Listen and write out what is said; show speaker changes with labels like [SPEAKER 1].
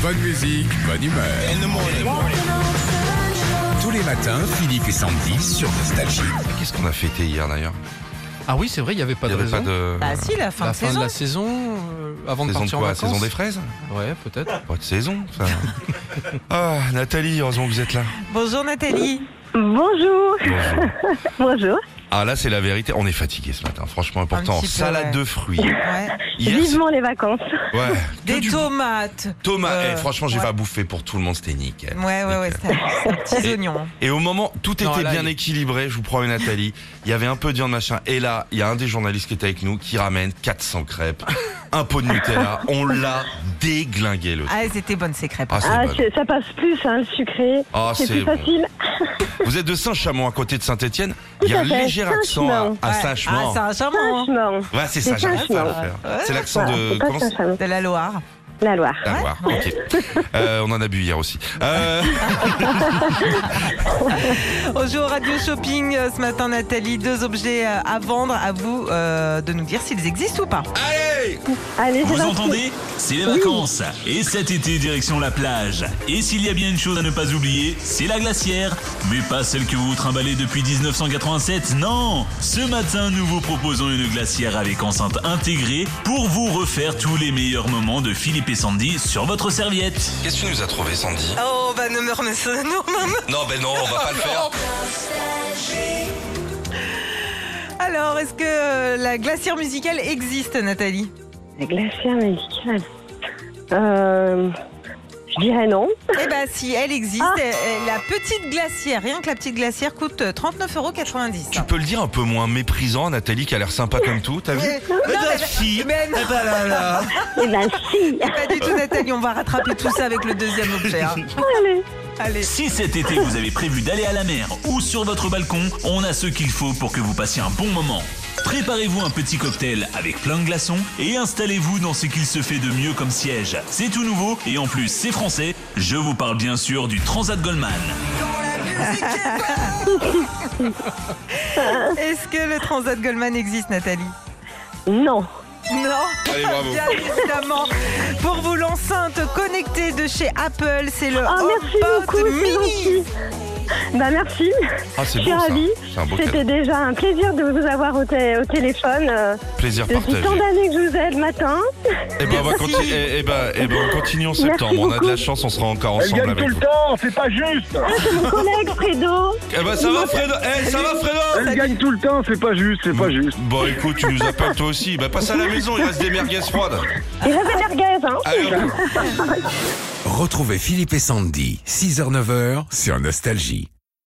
[SPEAKER 1] Bonne musique, bonne humeur. Tous les matins, Philippe et Sandy sur Nostalgie.
[SPEAKER 2] Qu'est-ce qu'on a fêté hier d'ailleurs
[SPEAKER 3] Ah oui, c'est vrai, il n'y avait pas
[SPEAKER 2] Il n'y
[SPEAKER 3] de
[SPEAKER 2] avait
[SPEAKER 3] raison.
[SPEAKER 2] pas de.
[SPEAKER 4] Bah si, la fin
[SPEAKER 3] la
[SPEAKER 4] de
[SPEAKER 3] fin
[SPEAKER 4] saison.
[SPEAKER 3] de la saison, euh, avant de
[SPEAKER 2] Saison de
[SPEAKER 3] partir en
[SPEAKER 2] quoi
[SPEAKER 3] vacances.
[SPEAKER 2] Saison des fraises
[SPEAKER 3] Ouais, peut-être.
[SPEAKER 2] Pas de saison, ça. ah, Nathalie, heureusement que vous êtes là.
[SPEAKER 4] Bonjour Nathalie.
[SPEAKER 5] Bonjour,
[SPEAKER 2] Bonjour.
[SPEAKER 5] bonjour.
[SPEAKER 2] Ah, là, c'est la vérité. On est fatigué ce matin, franchement, important.
[SPEAKER 4] Un petit peu,
[SPEAKER 2] Salade
[SPEAKER 4] ouais.
[SPEAKER 2] de fruits.
[SPEAKER 4] Ouais.
[SPEAKER 2] Hier, c'est-
[SPEAKER 5] Vivement les vacances.
[SPEAKER 2] ouais. que
[SPEAKER 4] Des
[SPEAKER 2] du-
[SPEAKER 4] tomates.
[SPEAKER 2] Thomas,
[SPEAKER 4] Euh,
[SPEAKER 2] eh, franchement, j'ai
[SPEAKER 4] ouais.
[SPEAKER 2] pas bouffé pour tout le monde, c'était nickel.
[SPEAKER 4] Ouais, ouais, ouais,
[SPEAKER 2] Nickel.
[SPEAKER 4] c'est c'est un petit
[SPEAKER 2] Et-
[SPEAKER 4] oignon.
[SPEAKER 2] Et au moment, tout était
[SPEAKER 3] Non, là,
[SPEAKER 2] bien
[SPEAKER 3] il-
[SPEAKER 2] équilibré, je vous promets Nathalie. Il y avait un peu de viande machin. Et là, il y a un des journalistes qui était avec nous qui ramène 400 crêpes, un pot de Nutella. On l'a déglingué le.
[SPEAKER 4] Ah, elles étaient bonnes ces crêpes.
[SPEAKER 2] Ah, c'est
[SPEAKER 5] Ah,
[SPEAKER 2] bon.
[SPEAKER 5] c'est- ça passe plus, hein, le sucré.
[SPEAKER 2] Ah,
[SPEAKER 5] c'est
[SPEAKER 2] c'est
[SPEAKER 5] plus
[SPEAKER 2] bon.
[SPEAKER 5] facile.
[SPEAKER 2] Vous êtes de Saint-Chamond, à côté de Saint-Étienne. Il y a un
[SPEAKER 5] Tout à fait,
[SPEAKER 2] léger accent à,
[SPEAKER 5] Saint-Chamond.
[SPEAKER 2] à
[SPEAKER 4] Ouais.
[SPEAKER 2] Saint-Chamond.
[SPEAKER 4] Ah, c'est un charmant. hein.
[SPEAKER 5] Franchement,
[SPEAKER 2] ouais, c'est ça,
[SPEAKER 5] c'est
[SPEAKER 2] j'arrive pas à le
[SPEAKER 4] Saint-Chamond.
[SPEAKER 2] faire. C'est l'accent
[SPEAKER 5] voilà,
[SPEAKER 2] de. Ah.
[SPEAKER 5] c'est pas
[SPEAKER 2] comment c'est-
[SPEAKER 5] Saint-Chamond,
[SPEAKER 4] De la Loire.
[SPEAKER 5] la Loire.
[SPEAKER 2] La Loire, ok. Euh, on en a bu hier aussi. Euh,
[SPEAKER 4] Au jour Radio Shopping, euh, ce matin, Nathalie, deux objets euh, à vendre. À vous euh, de nous dire s'ils existent ou pas.
[SPEAKER 2] allez
[SPEAKER 5] Allez, c'est
[SPEAKER 6] Vous
[SPEAKER 5] parti.
[SPEAKER 6] entendez C'est les vacances. Et cet été, direction la plage. Et s'il y a bien une chose à ne pas oublier, c'est la glacière. Mais pas celle que vous trimballez depuis 1987, non Ce matin, nous vous proposons une glacière avec enceinte intégrée pour vous refaire tous les meilleurs moments de Philippe et Sandy sur votre serviette.
[SPEAKER 2] Qu'est-ce que tu nous as trouvé, Sandy
[SPEAKER 4] Oh, bah, ne me remets ça. Non, non, non.
[SPEAKER 2] Non, ben non, on va pas le faire.
[SPEAKER 4] Alors, est-ce que euh, la glacière musicale existe, Nathalie
[SPEAKER 5] La glacière médicale. Euh, je dirais non.
[SPEAKER 4] Eh ben, si, elle existe.
[SPEAKER 5] Ah.
[SPEAKER 4] Elle- elle- La petite glacière, rien que la petite glacière, coûte euh, 39,90 euros.
[SPEAKER 2] Tu peux le dire un peu moins méprisant, Nathalie, qui a l'air sympa comme tout, t'as vu
[SPEAKER 4] Non, mais-
[SPEAKER 2] fille.
[SPEAKER 4] mais non.
[SPEAKER 2] Eh ben là là.
[SPEAKER 5] Eh ben si.
[SPEAKER 4] Pas du tout, Nathalie, on va rattraper tout ça avec le deuxième objet. hein.
[SPEAKER 5] Allez.
[SPEAKER 4] Allez.
[SPEAKER 6] Si cet été vous avez prévu d'aller à la mer ou sur votre balcon, on a ce qu'il faut pour que vous passiez un bon moment. Préparez-vous un petit cocktail avec plein de glaçons et installez-vous dans ce qu'il se fait de mieux comme siège. C'est tout nouveau et en plus c'est français. Je vous parle bien sûr du Transat Goldman.
[SPEAKER 4] Est-ce que le Transat Goldman existe, Nathalie
[SPEAKER 5] Non.
[SPEAKER 4] Non
[SPEAKER 2] Allez, bravo.
[SPEAKER 4] Bien évidemment. Pour vous, l'enceinte connectée de chez Apple, c'est le
[SPEAKER 2] Oh,
[SPEAKER 5] Ah, merci
[SPEAKER 4] HomePod
[SPEAKER 5] beaucoup, c'est
[SPEAKER 4] Mini.
[SPEAKER 5] gentil. Bah merci.
[SPEAKER 2] Ah, c'est
[SPEAKER 5] Je suis
[SPEAKER 2] beau, ça.
[SPEAKER 5] ravie.
[SPEAKER 2] C'est un beau
[SPEAKER 5] C'était
[SPEAKER 2] cadeau.
[SPEAKER 5] déjà un plaisir de vous avoir au, té- au téléphone. euh,
[SPEAKER 2] Plaisir
[SPEAKER 5] depuis
[SPEAKER 2] partagé.
[SPEAKER 5] tant d'années que je vous ai le matin.
[SPEAKER 2] Eh ben, on va
[SPEAKER 4] Merci.
[SPEAKER 2] continuer. Eh, eh ben, eh ben, on continue en
[SPEAKER 5] Merci
[SPEAKER 2] septembre. On a de
[SPEAKER 5] beaucoup.
[SPEAKER 2] la chance, on sera encore
[SPEAKER 7] Elle
[SPEAKER 2] ensemble
[SPEAKER 7] gagne tout
[SPEAKER 2] avec
[SPEAKER 7] le
[SPEAKER 2] vous.
[SPEAKER 7] temps, c'est pas juste
[SPEAKER 5] Mon collègue Fredo.
[SPEAKER 2] Eh ben, ça va, Fredo Eh, ça va, Fredo
[SPEAKER 7] Elle gagne tout le temps, c'est pas juste, c'est pas juste.
[SPEAKER 2] Bon, écoute, tu nous appelles toi aussi. Bah, passe à la maison, il reste des merguez froides.
[SPEAKER 5] Il avait merguez, hein.
[SPEAKER 2] Allez, on-
[SPEAKER 1] Retrouvez Philippe et Sandy, 6h-9h sur Nostalgie.